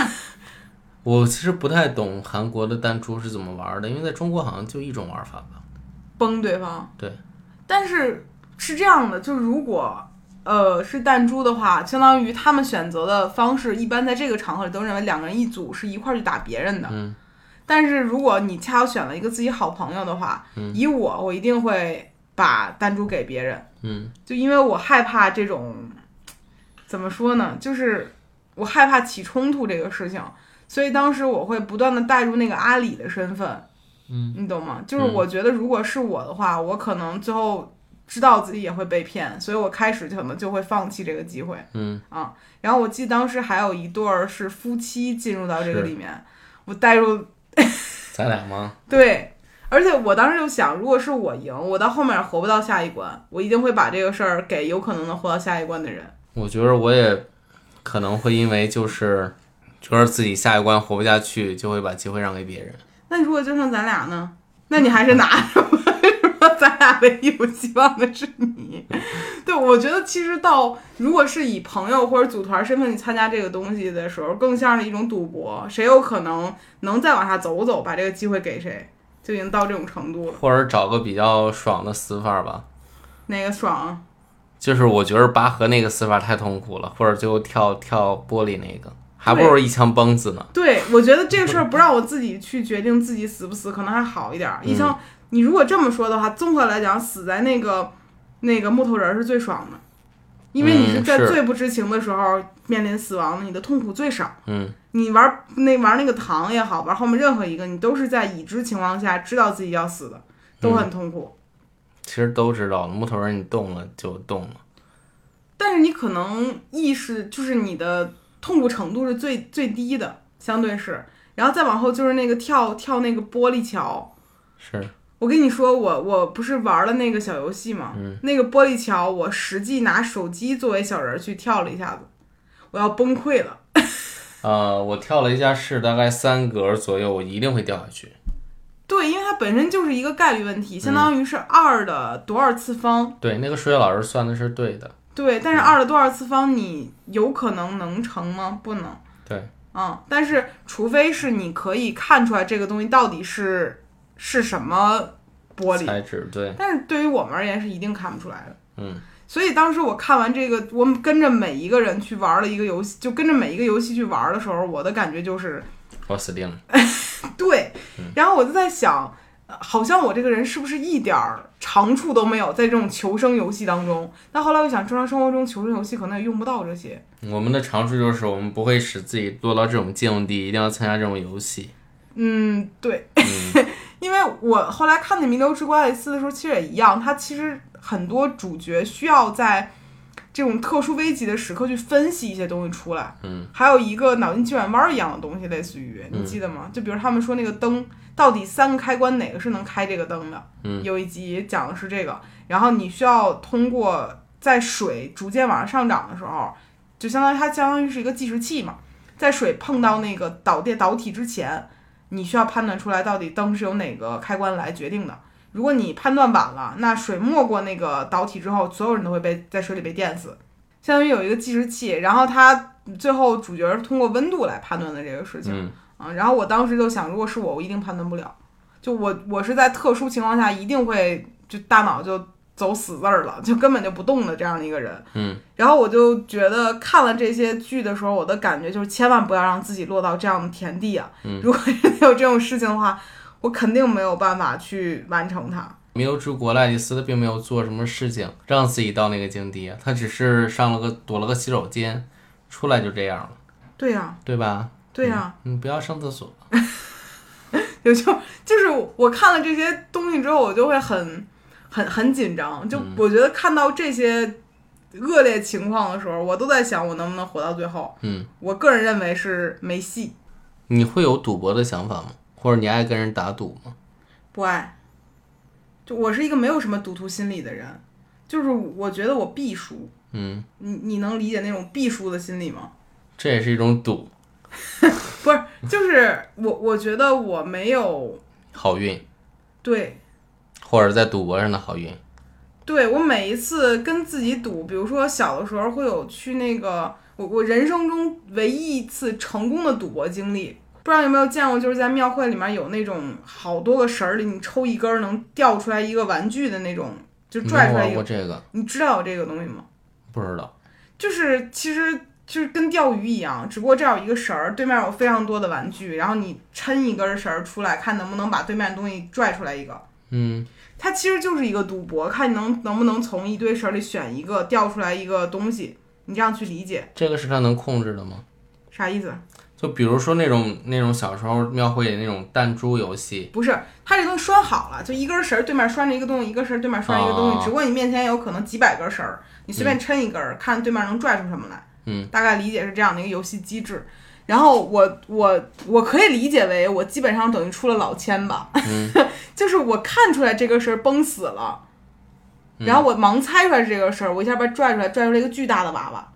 [SPEAKER 2] 我其实不太懂韩国的弹珠是怎么玩的，因为在中国好像就一种玩法吧。
[SPEAKER 1] 崩对方。
[SPEAKER 2] 对，
[SPEAKER 1] 但是是这样的，就如果呃是弹珠的话，相当于他们选择的方式，一般在这个场合里都认为两个人一组是一块儿去打别人的。
[SPEAKER 2] 嗯
[SPEAKER 1] 但是如果你恰好选了一个自己好朋友的话，
[SPEAKER 2] 嗯
[SPEAKER 1] 以我，我一定会把弹珠给别人，
[SPEAKER 2] 嗯
[SPEAKER 1] 就因为我害怕这种，怎么说呢，就是我害怕起冲突这个事情，所以当时我会不断的带入那个阿里的身份，
[SPEAKER 2] 嗯，
[SPEAKER 1] 你懂吗？就是我觉得如果是我的话，我可能最后知道自己也会被骗，所以我开始可能就会放弃这个机会。
[SPEAKER 2] 嗯
[SPEAKER 1] 啊，然后我记得当时还有一对儿是夫妻进入到这个
[SPEAKER 2] 是
[SPEAKER 1] 里面，我带入
[SPEAKER 2] 咱俩吗？
[SPEAKER 1] 对，而且我当时就想，如果是我赢，我到后面活不到下一关，我一定会把这个事儿给有可能能活到下一关的人。
[SPEAKER 2] 我觉得我也可能会因为就是觉得自己下一关活不下去，就会把机会让给别人。
[SPEAKER 1] 那如果就剩咱俩呢？那你还是拿着吧， 说咱俩唯一有希望的是你。对，我觉得其实到如果是以朋友或者组团身份去参加这个东西的时候，更像是一种赌博，谁有可能能再往下走走，把这个机会给谁，就已经到这种程度了。
[SPEAKER 2] 或者找个比较爽的死法吧，
[SPEAKER 1] 哪个爽？啊
[SPEAKER 2] 就是我觉得拔河那个死法太痛苦了，或者最后跳跳玻璃那个，还不如一枪崩死呢。
[SPEAKER 1] 对，我觉得这个事儿不让我自己去决定自己死不死，可能还好一点儿。医生，
[SPEAKER 2] 嗯
[SPEAKER 1] 你如果这么说的话，综合来讲，死在那个那个木头人儿是最爽的，因为你
[SPEAKER 2] 嗯
[SPEAKER 1] 是在
[SPEAKER 2] 是
[SPEAKER 1] 最不知情的时候面临死亡的，你的痛苦最少。
[SPEAKER 2] 嗯，
[SPEAKER 1] 你玩儿那玩儿那个糖也好，玩儿后面任何一个，你都是在已知情况下知道自己要死的，都
[SPEAKER 2] 嗯
[SPEAKER 1] 很痛苦。
[SPEAKER 2] 其实都知道，木头人你动了就动了。
[SPEAKER 1] 但是你可能意识就是你的痛苦程度是最最低的，相对是，然后再往后就是那个跳跳那个玻璃桥。
[SPEAKER 2] 是，
[SPEAKER 1] 我跟你说，我我不是玩了那个小游戏吗？那个玻璃桥，我实际拿手机作为小人儿去跳了一下子，我要崩溃了。
[SPEAKER 2] 呃，我跳了一下是大概三格左右，我一定会掉下去。
[SPEAKER 1] 对，因为它本身就是一个概率问题，相当于是二的多少次方。
[SPEAKER 2] 对，那个数学老师算的是对的。
[SPEAKER 1] 对，但是二的多少次方，你有可能能成吗？不能。
[SPEAKER 2] 对，
[SPEAKER 1] 嗯，但是除非是你可以看出来这个东西到底是是什么玻璃，
[SPEAKER 2] 材质对，
[SPEAKER 1] 但是对于我们而言是一定看不出来的。
[SPEAKER 2] 嗯，
[SPEAKER 1] 所以当时我看完这个，我们跟着每一个人去玩了一个游戏，就跟着每一个游戏去玩的时候，我的感觉就是
[SPEAKER 2] 我死定了。
[SPEAKER 1] 对。然后我就在想，呃好像我这个人是不是一点儿长处都没有，在这种求生游戏当中。但后来我想，正常生活中求生游戏可能也用不到这些。
[SPEAKER 2] 嗯我们的长处就是我们不会使自己落到这种境地，一定要参加这种游戏。
[SPEAKER 1] 嗯，对， 因为我后来看那《弥留之国爱丽丝》的时候，其实也一样，它其实很多主角需要在这种特殊危急的时刻去分析一些东西出来。
[SPEAKER 2] 嗯，
[SPEAKER 1] 还有一个脑筋急转弯一样的东西，类似于你记得吗？就比如他们说那个灯到底三个开关哪个是能开这个灯的？
[SPEAKER 2] 嗯，
[SPEAKER 1] 有一集讲的是这个，然后你需要通过在水逐渐往上上涨的时候，就相当于它相当于是一个计时器嘛，在水碰到那个导电导体之前。你需要判断出来到底灯是由哪个开关来决定的。如果你判断晚了，那水没过那个导体之后，所有人都会被在水里被电死。相当于有一个计时器，然后它最后主角是通过温度来判断的这个事情
[SPEAKER 2] 嗯，
[SPEAKER 1] 啊。然后我当时就想，如果是我，我一定判断不了。就我我是在特殊情况下一定会就大脑就走死字儿了，就根本就不动的这样的一个人。
[SPEAKER 2] 嗯，
[SPEAKER 1] 然后我就觉得看了这些剧的时候，我的感觉就是千万不要让自己落到这样的田地啊！如果真的有这种事情的话，我肯定没有办法去完成它。
[SPEAKER 2] 弥留之国爱丽丝并没有做什么事情让自己到那个境地啊，她只是上了个躲了个洗手间，出来就这样了，
[SPEAKER 1] 对呀、
[SPEAKER 2] 对吧？
[SPEAKER 1] 对呀、
[SPEAKER 2] 你不要上厕所。
[SPEAKER 1] 有 就就是我看了这些东西之后，我就会很很很紧张。就我觉得看到这些恶劣情况的时候，我都在想我能不能活到最后。
[SPEAKER 2] 嗯，
[SPEAKER 1] 我个人认为是没戏，
[SPEAKER 2] 你会有赌博的想法吗？或者你爱跟人打赌吗？
[SPEAKER 1] 不爱。就我是一个没有什么赌徒心理的人，就是我觉得我必输。
[SPEAKER 2] 嗯，
[SPEAKER 1] 你你能理解那种必输的心理吗？
[SPEAKER 2] 这也是一种赌，
[SPEAKER 1] 不是，就是我我觉得我没有
[SPEAKER 2] 好运，
[SPEAKER 1] 对
[SPEAKER 2] 或者在赌博上的好运。
[SPEAKER 1] 对我每一次跟自己赌，比如说小的时候会有去那个，我我人生中唯一一次成功的赌博经历，不知道有没有见过，就是在庙会里面有那种好多个绳儿里，你抽一根儿能掉出来一个玩具的那种，就
[SPEAKER 2] 你
[SPEAKER 1] 拽
[SPEAKER 2] 有
[SPEAKER 1] 出来
[SPEAKER 2] 玩
[SPEAKER 1] 一
[SPEAKER 2] 过
[SPEAKER 1] 个，
[SPEAKER 2] 这个？
[SPEAKER 1] 你知道有这个东西吗？
[SPEAKER 2] 不知道。
[SPEAKER 1] 就是其实就是跟钓鱼一样，只不过这儿有一个绳儿，对面有非常多的玩具，然后你抻一根绳儿出来，看能不能把对面的东西拽出来一个。
[SPEAKER 2] 嗯
[SPEAKER 1] 它其实就是一个赌博，看你能能不能从一堆绳儿里选一个掉出来一个东西，你这样去理解
[SPEAKER 2] 这个是他能控制的吗？
[SPEAKER 1] 啥意思？
[SPEAKER 2] 就比如说那种那种小时候庙会里那种弹珠游戏，
[SPEAKER 1] 不是，它这东西拴好了，就一根绳儿对面拴着一个东西，一根绳儿对面拴着一个东西，
[SPEAKER 2] 哦
[SPEAKER 1] 只不过你面前有可能几百根绳儿，你随便抻一根儿，看对面能拽出什么来。
[SPEAKER 2] 嗯，
[SPEAKER 1] 大概理解是这样的一个游戏机制。然后我我我可以理解为我基本上等于出了老千吧， 就是我看出来这个事儿崩死了，
[SPEAKER 2] 嗯
[SPEAKER 1] 然后我盲猜出来这个事儿，我一下把它拽出来，拽出来一个巨大的娃娃，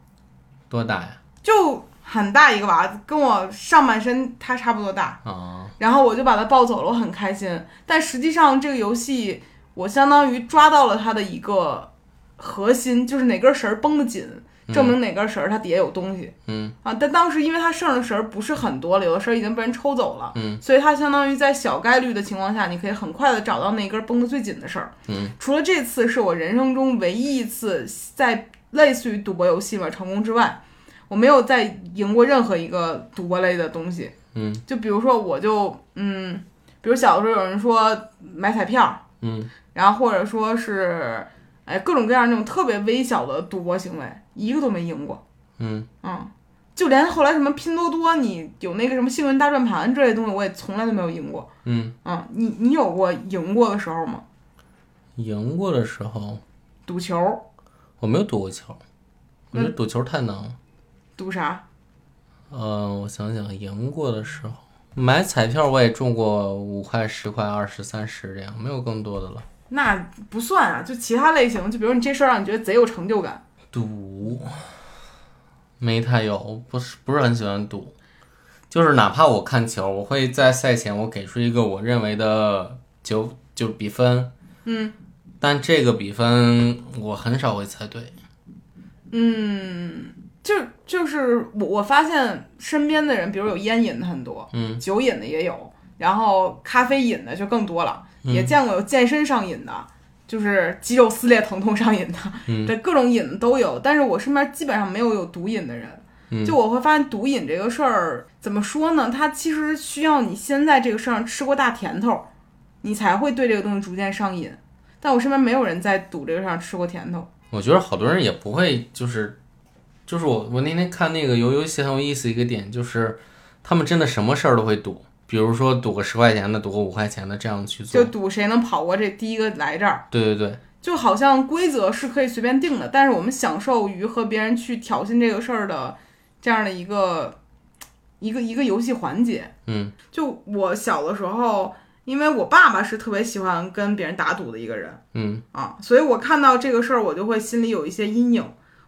[SPEAKER 2] 多大呀？
[SPEAKER 1] 就很大一个娃子，跟我上半身它差不多大，
[SPEAKER 2] 啊、
[SPEAKER 1] 然后我就把它抱走了，我很开心。但实际上这个游戏，我相当于抓到了它的一个核心，就是哪根绳儿绷得紧，证明哪根绳儿它底下有东西。
[SPEAKER 2] 嗯
[SPEAKER 1] 啊，但当时因为它剩的绳儿不是很多了，有的绳儿已经被人抽走了，
[SPEAKER 2] 嗯，
[SPEAKER 1] 所以它相当于在小概率的情况下，你可以很快的找到那根绷得最紧的绳儿。
[SPEAKER 2] 嗯，
[SPEAKER 1] 除了这次是我人生中唯一一次在类似于赌博游戏吧成功之外，我没有再赢过任何一个赌博类的东西。
[SPEAKER 2] 嗯
[SPEAKER 1] 就比如说，我就嗯，比如小的时候有人说买彩票，
[SPEAKER 2] 嗯
[SPEAKER 1] 然后或者说是哎各种各样那种特别微小的赌博行为，一个都没赢过。
[SPEAKER 2] 嗯，
[SPEAKER 1] 嗯，就连后来什么拼多多，你有那个什么幸运大转盘之类的东西，我也从来都没有赢过。
[SPEAKER 2] 嗯，
[SPEAKER 1] 嗯，你你有过赢过的时候吗？
[SPEAKER 2] 赢过的时候
[SPEAKER 1] 赌球，
[SPEAKER 2] 我没有赌过球，我
[SPEAKER 1] 嗯
[SPEAKER 2] 觉得赌球太难了。
[SPEAKER 1] 赌啥？
[SPEAKER 2] 呃，我想想，赢过的时候买彩票我也中过五块、十块、二十、三十这样，没有更多的了。
[SPEAKER 1] 那不算啊，就其他类型，就比如你这事儿让你觉得贼有成就感，
[SPEAKER 2] 赌没太有，不是不是很喜欢赌，就是哪怕我看球，我会在赛前我给出一个我认为的九就比分，
[SPEAKER 1] 嗯
[SPEAKER 2] 但这个比分我很少会猜对。
[SPEAKER 1] 嗯，就就是我我发现身边的人，比如有烟瘾的很多，
[SPEAKER 2] 嗯
[SPEAKER 1] 酒瘾的也有，然后咖啡瘾的就更多了，
[SPEAKER 2] 嗯
[SPEAKER 1] 也见过有健身上瘾的，就是肌肉撕裂疼痛上瘾的，
[SPEAKER 2] 嗯
[SPEAKER 1] 这各种瘾都有。但是我身边基本上没有有毒瘾的人，
[SPEAKER 2] 嗯
[SPEAKER 1] 就我会发现毒瘾这个事儿怎么说呢？它其实需要你先在这个事儿上吃过大甜头，你才会对这个东西逐渐上瘾。但我身边没有人在赌这个事儿上吃过甜头，
[SPEAKER 2] 我觉得好多人也不会，就是就是我我那天看那个游游戏很有意思一个点，就是他们真的什么事儿都会赌，比如说赌个十块钱的，赌个五块钱的这样去做
[SPEAKER 1] 就。赌谁能跑过这第一个来这儿。
[SPEAKER 2] 对对对，
[SPEAKER 1] 就好像规则是可以随便定的，但是我们享受于和别人去挑衅这个事儿的这样的一个一个一个游戏环节。
[SPEAKER 2] 嗯
[SPEAKER 1] 就我小的时候，因为我爸爸是特别喜欢跟别人打赌的一个人
[SPEAKER 2] 嗯
[SPEAKER 1] 啊，所以我看到这个事儿，我就会心里有一些阴影。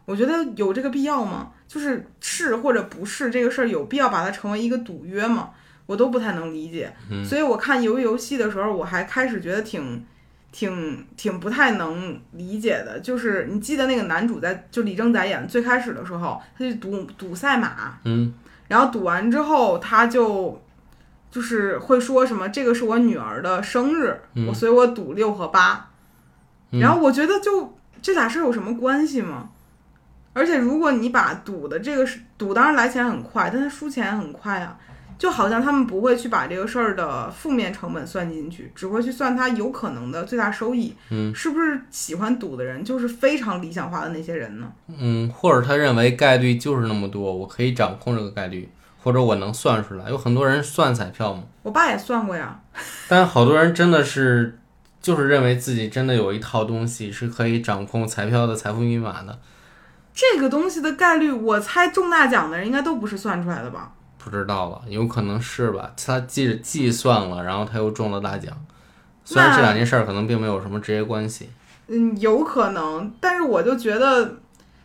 [SPEAKER 1] 我觉得有这个必要吗？就是是或者不是这个事儿，有必要把它成为一个赌约吗？我都不太能理解。
[SPEAKER 2] 嗯
[SPEAKER 1] 所以我看游游戏的时候，我还开始觉得挺、挺、挺不太能理解的。就是你记得那个男主在就李正宰演最开始的时候，他就赌赌赛马，
[SPEAKER 2] 嗯
[SPEAKER 1] 然后赌完之后，他就就是会说什么这个是我女儿的生日，
[SPEAKER 2] 嗯
[SPEAKER 1] 我所以我赌六和八。
[SPEAKER 2] 嗯
[SPEAKER 1] 然后我觉得就这俩事儿有什么关系吗？而且如果你把赌的这个是赌，当然来钱很快，但他输钱也很快啊。就好像他们不会去把这个事儿的负面成本算进去，只会去算他有可能的最大收益。
[SPEAKER 2] 嗯，
[SPEAKER 1] 是不是喜欢赌的人就是非常理想化的那些人呢？
[SPEAKER 2] 嗯，或者他认为概率就是那么多，我可以掌控这个概率，或者我能算出来。有很多人算彩票嘛，
[SPEAKER 1] 我爸也算过呀，
[SPEAKER 2] 但好多人真的是就是认为自己真的有一套东西是可以掌控彩票的财富密码的，
[SPEAKER 1] 这个东西的概率，我猜中大奖的人应该都不是算出来的吧？
[SPEAKER 2] 不知道了，有可能是吧？他计计算了，然后他又中了大奖。虽然
[SPEAKER 1] 那
[SPEAKER 2] 这两件事儿可能并没有什么直接关系，
[SPEAKER 1] 嗯，有可能，但是我就觉得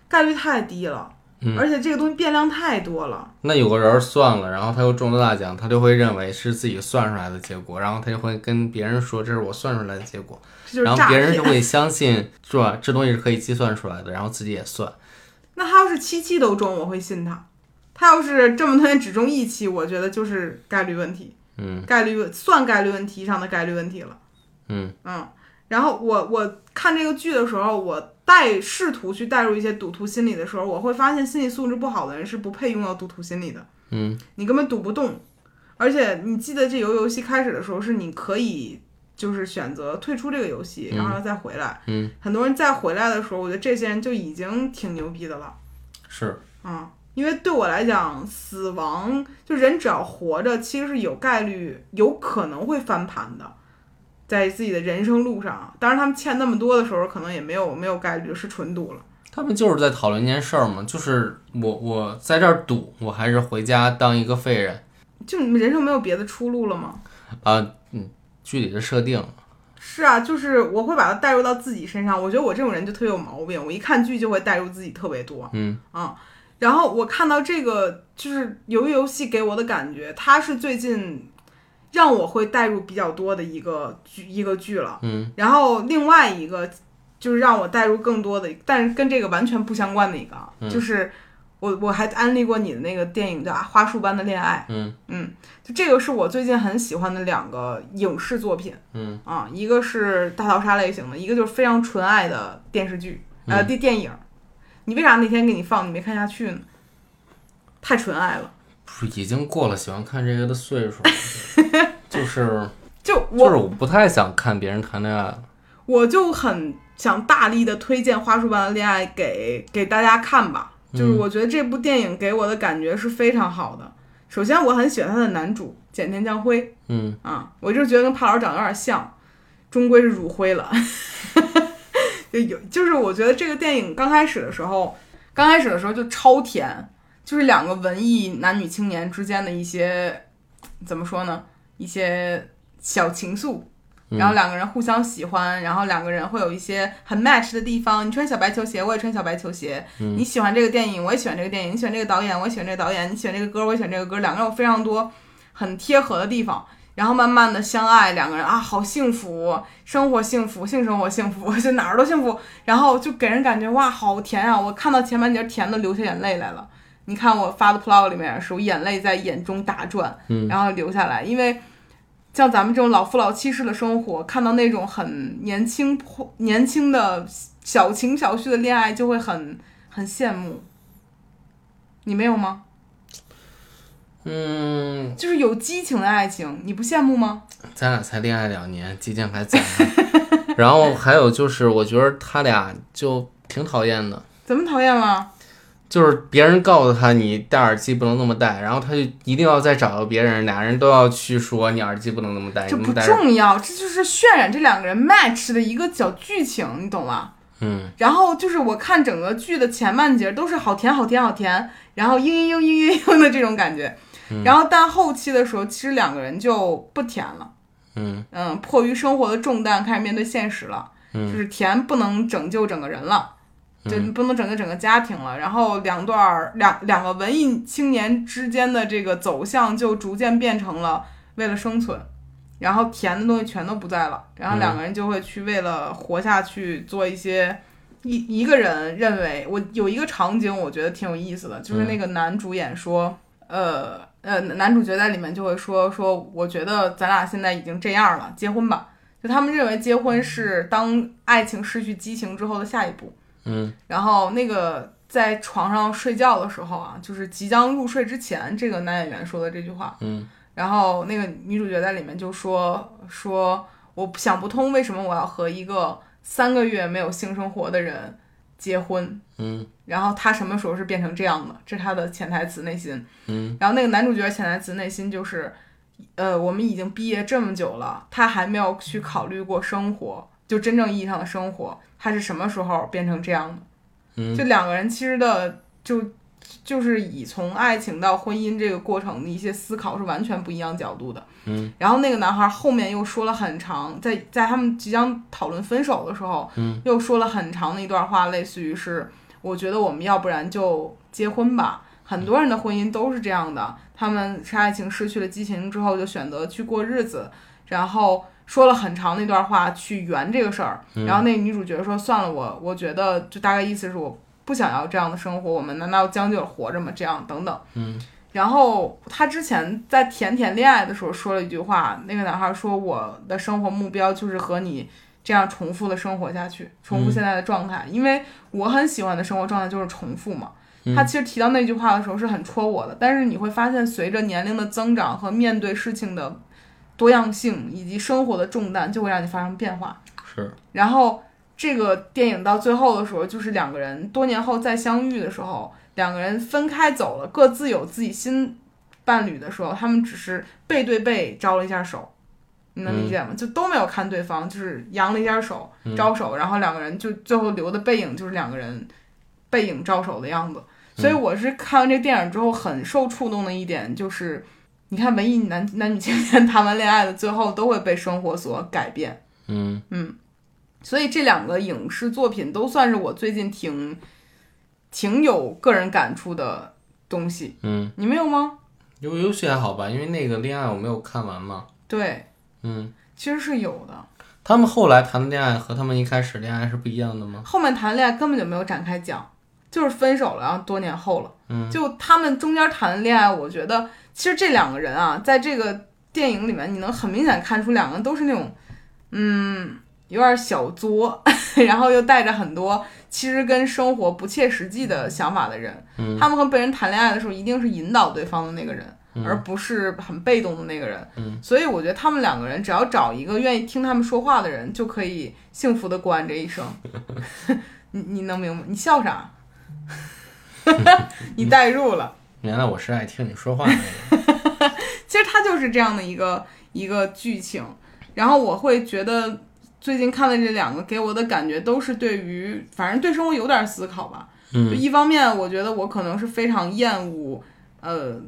[SPEAKER 1] 概率太低了，
[SPEAKER 2] 嗯
[SPEAKER 1] 而且这个东西变量太多了。
[SPEAKER 2] 那有个人儿算了，然后他又中了大奖，他就会认为是自己算出来的结果，然后他就会跟别人说这是我算出来的结果，
[SPEAKER 1] 这就
[SPEAKER 2] 然
[SPEAKER 1] 是
[SPEAKER 2] 后
[SPEAKER 1] 诈
[SPEAKER 2] 别人就
[SPEAKER 1] 骗。
[SPEAKER 2] 会相信，是吧？这东西是可以计算出来的，然后自己也算。
[SPEAKER 1] 那他要是七期都中，我会信他；他要是这么多年只中一期，我觉得就是概率问题，
[SPEAKER 2] 嗯
[SPEAKER 1] 概率算概率问题上的概率问题了。
[SPEAKER 2] 嗯
[SPEAKER 1] 嗯，然后我我看这个剧的时候，我带试图去带入一些赌徒心理的时候，我会发现心理素质不好的人是不配拥有赌徒心理的。
[SPEAKER 2] 嗯，
[SPEAKER 1] 你根本赌不动。而且你记得这游游戏开始的时候是你可以就是选择退出这个游戏，然后再回来。
[SPEAKER 2] 嗯，
[SPEAKER 1] 很多人再回来的时候，我觉得这些人就已经挺牛逼的了。
[SPEAKER 2] 是，
[SPEAKER 1] 嗯，因为对我来讲，死亡就人只要活着，其实是有概率、有可能会翻盘的，在自己的人生路上。当然，他们欠那么多的时候，可能也没有没有概率，是纯赌了。
[SPEAKER 2] 他们就是在讨论一件事儿嘛，就是我我在这儿赌，我还是回家当一个废人
[SPEAKER 1] 就你们人生没有别的出路了吗？
[SPEAKER 2] 啊，嗯，具体的设定，
[SPEAKER 1] 是啊，就是我会把它带入到自己身上。我觉得我这种人就特别有毛病，我一看剧就会带入自己特别多。
[SPEAKER 2] 嗯
[SPEAKER 1] 啊。然后我看到这个就是游游戏给我的感觉，它是最近让我会带入比较多的一个剧一个剧了。
[SPEAKER 2] 嗯，
[SPEAKER 1] 然后另外一个就是让我带入更多的，但是跟这个完全不相关的一个啊，
[SPEAKER 2] 嗯
[SPEAKER 1] 就是我我还安利过你的那个电影叫《花束般的恋爱》。
[SPEAKER 2] 嗯
[SPEAKER 1] 嗯，就这个是我最近很喜欢的两个影视作品。
[SPEAKER 2] 嗯
[SPEAKER 1] 啊，一个是大逃杀类型的，一个就是非常纯爱的电视剧，呃，电电影。你为啥那天给你放你没看下去呢？太纯爱了，
[SPEAKER 2] 不是已经过了喜欢看这个的岁数， 就是
[SPEAKER 1] 就
[SPEAKER 2] 就
[SPEAKER 1] 我
[SPEAKER 2] 是我不太想看别人谈恋爱了，
[SPEAKER 1] 我就很想大力的推荐《花束般的恋爱给》给大家看吧，就是我觉得这部电影给我的感觉是非常好的。首先，我很喜欢他的男主简田将辉，
[SPEAKER 2] 嗯
[SPEAKER 1] 啊，我就觉得跟帕老长得有点像，终归是乳灰了。 就有就是我觉得这个电影刚开始的时候，刚开始的时候就超甜，就是两个文艺男女青年之间的一些怎么说呢，一些小情愫。
[SPEAKER 2] 嗯
[SPEAKER 1] 然后两个人互相喜欢，然后两个人会有一些很 match 的地方。你穿小白球鞋，我也穿小白球鞋。
[SPEAKER 2] 嗯
[SPEAKER 1] 你喜欢这个电影，我也喜欢这个电影。你喜欢这个导演，我也喜欢这个导演。你喜欢这个歌，我也喜欢这个歌。两个人有非常多很贴合的地方。然后慢慢的相爱，两个人啊，好幸福，生活幸福，性生活幸福， 就哪儿都幸福，然后就给人感觉哇，好甜啊！我看到前半截甜的流下眼泪来了。你看我发的 vlog 里面也是，我眼泪在眼中打转，
[SPEAKER 2] 嗯
[SPEAKER 1] 然后流下来，因为像咱们这种老夫老妻式的生活，看到那种很年轻、年轻的小情小绪的恋爱，就会很很羡慕。你没有吗？
[SPEAKER 2] 嗯，
[SPEAKER 1] 就是有激情的爱情，你不羡慕吗？
[SPEAKER 2] 咱俩才恋爱两年，激情还在 呢，啊然后还有就是我觉得他俩就挺讨厌的。
[SPEAKER 1] 怎么讨厌了？
[SPEAKER 2] 就是别人告诉他你戴耳机不能那么戴，然后他就一定要再找到别人，俩人都要去说你耳机不能那么戴，你
[SPEAKER 1] 这
[SPEAKER 2] 那
[SPEAKER 1] 不
[SPEAKER 2] 么戴着。
[SPEAKER 1] 重要，这就是渲染这两个人 match 的一个小剧情，你懂吗？
[SPEAKER 2] 嗯，
[SPEAKER 1] 然后就是我看整个剧的前半截都是好甜好甜好甜，然后嘤嘤嘤嘤嘤嘤的这种感觉，然后但后期的时候，其实两个人就不甜了，
[SPEAKER 2] 嗯
[SPEAKER 1] 嗯，迫于生活的重担，开始面对现实了，
[SPEAKER 2] 嗯
[SPEAKER 1] 就是甜不能拯救整个人了。就不能拯救整个家庭了，然后两段儿两两个文艺青年之间的这个走向就逐渐变成了为了生存，然后甜的东西全都不在了，然后两个人就会去为了活下去做一些一一个人认为我有一个场景，我觉得挺有意思的，就是那个男主演说，呃呃，男主角在里面就会说说，我觉得咱俩现在已经这样了，结婚吧。就他们认为结婚是当爱情失去激情之后的下一步。
[SPEAKER 2] 嗯
[SPEAKER 1] 然后那个在床上睡觉的时候啊，就是即将入睡之前，这个男演员说的这句话。
[SPEAKER 2] 嗯
[SPEAKER 1] 然后那个女主角在里面就说说，我想不通为什么我要和一个三个月没有性生活的人结婚。
[SPEAKER 2] 嗯
[SPEAKER 1] 然后他什么时候是变成这样的？这是他的潜台词内心。
[SPEAKER 2] 嗯，
[SPEAKER 1] 然后那个男主角潜台词内心就是，呃，我们已经毕业这么久了，他还没有去考虑过生活，就真正意义上的生活，他是什么时候变成这样的？
[SPEAKER 2] 嗯
[SPEAKER 1] 就两个人其实的就就是以从爱情到婚姻这个过程的一些思考是完全不一样角度的。
[SPEAKER 2] 嗯，
[SPEAKER 1] 然后那个男孩后面又说了很长，在在他们即将讨论分手的时候，
[SPEAKER 2] 嗯，
[SPEAKER 1] 又说了很长的一段话，类似于是我觉得我们要不然就结婚吧。很多人的婚姻都是这样的，他们是爱情失去了激情之后，就选择去过日子，然后说了很长的一段话去圆这个事儿。然后那个女主角说：“算了，我我觉得就大概意思是我不想要这样的生活，我们难道将就着活着吗？这样等等。”
[SPEAKER 2] 嗯。
[SPEAKER 1] 然后他之前在甜甜恋爱的时候说了一句话，那个男孩说：“我的生活目标就是和你这样重复的生活下去，重复现在的状态。因为我很喜欢的生活状态就是重复嘛。他其实提到那句话的时候是很戳我的，但是你会发现，随着年龄的增长和面对事情的多样性以及生活的重担，就会让你发生变化。
[SPEAKER 2] 是，
[SPEAKER 1] 然后这个电影到最后的时候，就是两个人多年后再相遇的时候，两个人分开走了，各自有自己新伴侣的时候，他们只是背对背招了一下手，你能理解吗？就都没有看对方，就是扬了一下手，招手，然后两个人就最后留的背影就是两个人背影招手的样子。所以我是看完这个电影之后很受触动的一点就是，你看文艺男男女青年 谈完恋爱的最后都会被生活所改变。
[SPEAKER 2] 嗯
[SPEAKER 1] 所以这两个影视作品都算是我最近挺挺有个人感触的东西。
[SPEAKER 2] 嗯，
[SPEAKER 1] 你没有吗？
[SPEAKER 2] 游游戏还好吧，因为那个恋爱我没有看完嘛。
[SPEAKER 1] 对，
[SPEAKER 2] 嗯，
[SPEAKER 1] 其实是有的。
[SPEAKER 2] 他们后来谈的恋爱和他们一开始恋爱是不一样的吗？
[SPEAKER 1] 后面谈恋爱根本就没有展开讲，就是分手了，然后多年后了。
[SPEAKER 2] 嗯，
[SPEAKER 1] 就他们中间谈的恋爱，我觉得其实这两个人啊，在这个电影里面，你能很明显看出两个人都是那种，嗯，有点小作， 然后又带着很多其实跟生活不切实际的想法的人。
[SPEAKER 2] 嗯
[SPEAKER 1] 他们和被人谈恋爱的时候，一定是引导对方的那个人。
[SPEAKER 2] 嗯
[SPEAKER 1] 而不是很被动的那个人。
[SPEAKER 2] 嗯，
[SPEAKER 1] 所以我觉得他们两个人只要找一个愿意听他们说话的人，就可以幸福的过完这一生。你你能明白？你笑啥？ 你代入了。
[SPEAKER 2] 原来我是爱听你说话的人。
[SPEAKER 1] 其实它就是这样的一个一个剧情。然后我会觉得最近看的这两个给我的感觉都是对于，反正对生活有点思考吧。就
[SPEAKER 2] 嗯
[SPEAKER 1] 一方面，我觉得我可能是非常厌恶，呃，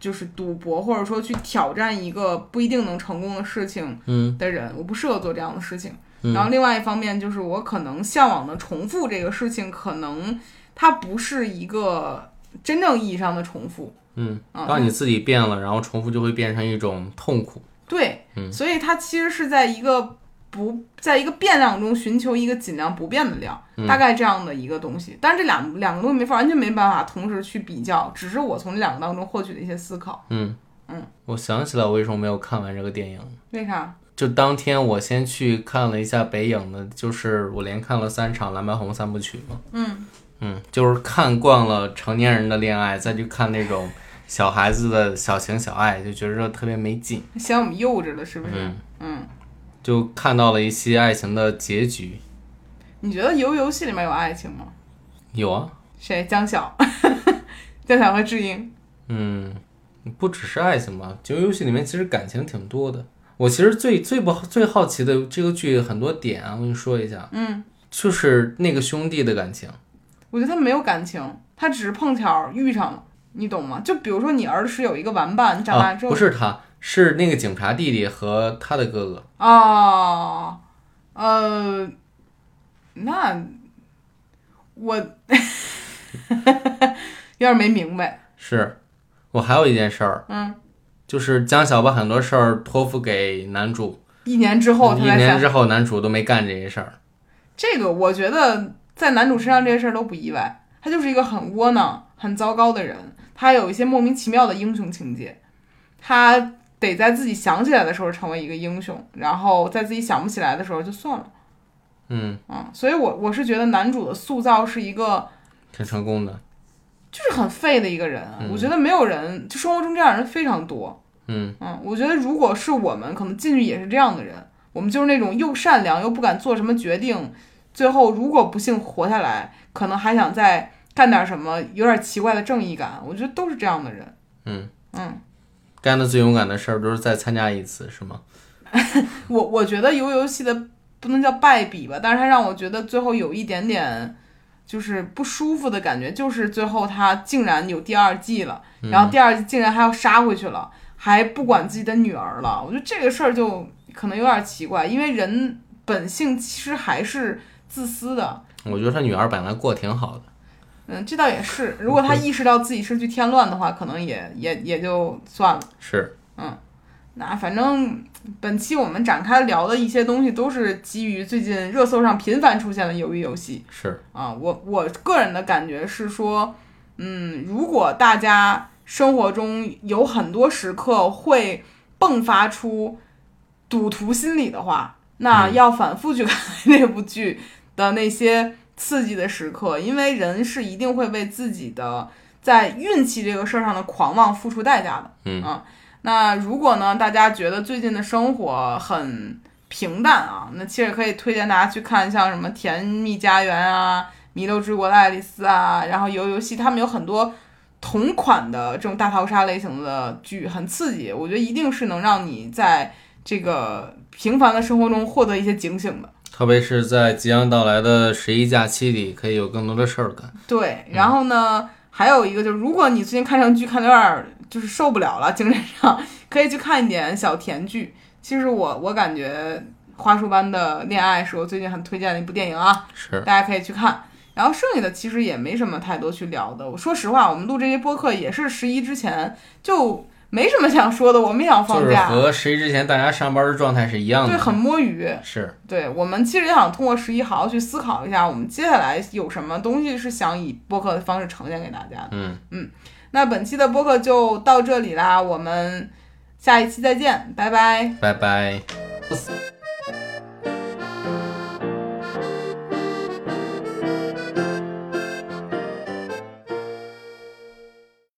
[SPEAKER 1] 就是赌博或者说去挑战一个不一定能成功的事情
[SPEAKER 2] 嗯
[SPEAKER 1] 的人，我不适合做这样的事情。然
[SPEAKER 2] 嗯
[SPEAKER 1] 后另外一方面就是我可能向往的重复这个事情，可能它不是一个真正意义上的重复。
[SPEAKER 2] 嗯，
[SPEAKER 1] 嗯
[SPEAKER 2] 当你自己变了，然后重复就会变成一种痛苦。
[SPEAKER 1] 对，
[SPEAKER 2] 嗯
[SPEAKER 1] 所以它其实是在一个不在一个变量中寻求一个尽量不变的量，
[SPEAKER 2] 嗯
[SPEAKER 1] 大概这样的一个东西。但是这两两个东西没法完全没办法同时去比较，只是我从这两个当中获取的一些思考。
[SPEAKER 2] 嗯
[SPEAKER 1] 嗯，
[SPEAKER 2] 我想起来我为什么没有看完这个电影了。
[SPEAKER 1] 为啥？
[SPEAKER 2] 就当天我先去看了一下北影的，就是我连看了三场蓝白红三部曲嘛。嗯嗯，就是看惯了成年人的恋爱，再去看那种小孩子的小情小爱，就觉着特别没劲。
[SPEAKER 1] 嫌我们幼稚了是不是？
[SPEAKER 2] 嗯
[SPEAKER 1] 嗯
[SPEAKER 2] 就看到了一些爱情的结局，
[SPEAKER 1] 你觉得游游戏里面有爱情吗？
[SPEAKER 2] 有啊，
[SPEAKER 1] 谁？江晓， 江晓和智英。
[SPEAKER 2] 嗯，不只是爱情吧，就游戏里面其实感情挺多的。我其实最最不最好奇的这个剧很多点啊，我跟你说一下，
[SPEAKER 1] 嗯，
[SPEAKER 2] 就是那个兄弟的感情，
[SPEAKER 1] 我觉得他没有感情，他只是碰巧遇上了，你懂吗？就比如说你儿时有一个玩伴，你长大
[SPEAKER 2] 啊，
[SPEAKER 1] 之后
[SPEAKER 2] 不是他，是那个警察弟弟和他的哥哥。
[SPEAKER 1] 哦，呃，那我 有点没明白。
[SPEAKER 2] 是，我还有一件事儿，
[SPEAKER 1] 嗯，
[SPEAKER 2] 就是江小把很多事儿托付给男主，
[SPEAKER 1] 一年之后他
[SPEAKER 2] 一
[SPEAKER 1] 才
[SPEAKER 2] 年
[SPEAKER 1] 想，
[SPEAKER 2] 之后男主都没干这些事儿。
[SPEAKER 1] 这个我觉得在男主身上这些事儿都不意外，他就是一个很窝囊、很糟糕的人，他有一些莫名其妙的英雄情节，他得在自己想起来的时候成为一个英雄，然后在自己想不起来的时候就算了。
[SPEAKER 2] 嗯，
[SPEAKER 1] 嗯，所以我我是觉得男主的塑造是一个。
[SPEAKER 2] 挺成功的。
[SPEAKER 1] 就是很废的一个人啊。
[SPEAKER 2] 嗯
[SPEAKER 1] 我觉得没有人，就生活中这样的人非常多。
[SPEAKER 2] 嗯
[SPEAKER 1] 嗯，我觉得如果是我们，可能进去也是这样的人。我们就是那种又善良又不敢做什么决定，最后如果不幸活下来，可能还想再干点什么，有点奇怪的正义感。我觉得都是这样的人。
[SPEAKER 2] 嗯，
[SPEAKER 1] 嗯，
[SPEAKER 2] 干的最勇敢的事儿都是再参加一次，是吗？
[SPEAKER 1] 我我觉得游游戏的不能叫败笔吧，但是它让我觉得最后有一点点。就是不舒服的感觉，就是最后他竟然有第二季了，
[SPEAKER 2] 嗯、
[SPEAKER 1] 然后第二季竟然还要杀回去了，还不管自己的女儿了。我觉得这个事儿就可能有点奇怪，因为人本性其实还是自私的。
[SPEAKER 2] 我觉得他女儿本来过得挺好的，
[SPEAKER 1] 嗯，这倒也是。如果他意识到自己是去添乱的话，可能也也也就算了。
[SPEAKER 2] 是，
[SPEAKER 1] 那反正本期我们展开聊的一些东西，都是基于最近热搜上频繁出现的鱿鱼游戏。
[SPEAKER 2] 是，
[SPEAKER 1] 啊，我我个人的感觉是说，嗯，如果大家生活中有很多时刻会迸发出赌徒心理的话，那要反复去看 这部剧的那些刺激的时刻，因为人是一定会为自己的在运气这个事儿上的狂妄付出代价的。
[SPEAKER 2] 嗯
[SPEAKER 1] 啊，那如果呢，大家觉得最近的生活很平淡啊，那其实也可以推荐大家去看像什么《甜蜜家园》啊，《弥留之国的爱丽丝》啊，然后《游游戏》，他们有很多同款的这种大逃杀类型的剧，很刺激。我觉得一定是能让你在这个平凡的生活中获得一些警醒的。
[SPEAKER 2] 特别是在即将到来的十一假期里，可以有更多的事儿干。
[SPEAKER 1] 对，然后呢，还有一个就是，如果你最近看上剧看的有点儿就是受不了了，精神上可以去看一点小甜剧。其实我我感觉《花束般的恋爱》是我最近很推荐的一部电影啊。
[SPEAKER 2] 是，
[SPEAKER 1] 大家可以去看。然后剩下的其实也没什么太多去聊的。我说实话，我们录这些播客也是十一之前就没什么想说的，我们也想
[SPEAKER 2] 就
[SPEAKER 1] 放
[SPEAKER 2] 是
[SPEAKER 1] 假，
[SPEAKER 2] 和十一之前大家上班的状态是一样
[SPEAKER 1] 对，
[SPEAKER 2] 的。
[SPEAKER 1] 很摸鱼。
[SPEAKER 2] 是，
[SPEAKER 1] 对我们其实也想通过十一好好去思考一下，我们接下来有什么东西是想以播客的方式呈现给大家的。
[SPEAKER 2] 嗯
[SPEAKER 1] 那本期的播客就到这里啦，我们下一期再见，拜拜。
[SPEAKER 2] 拜拜。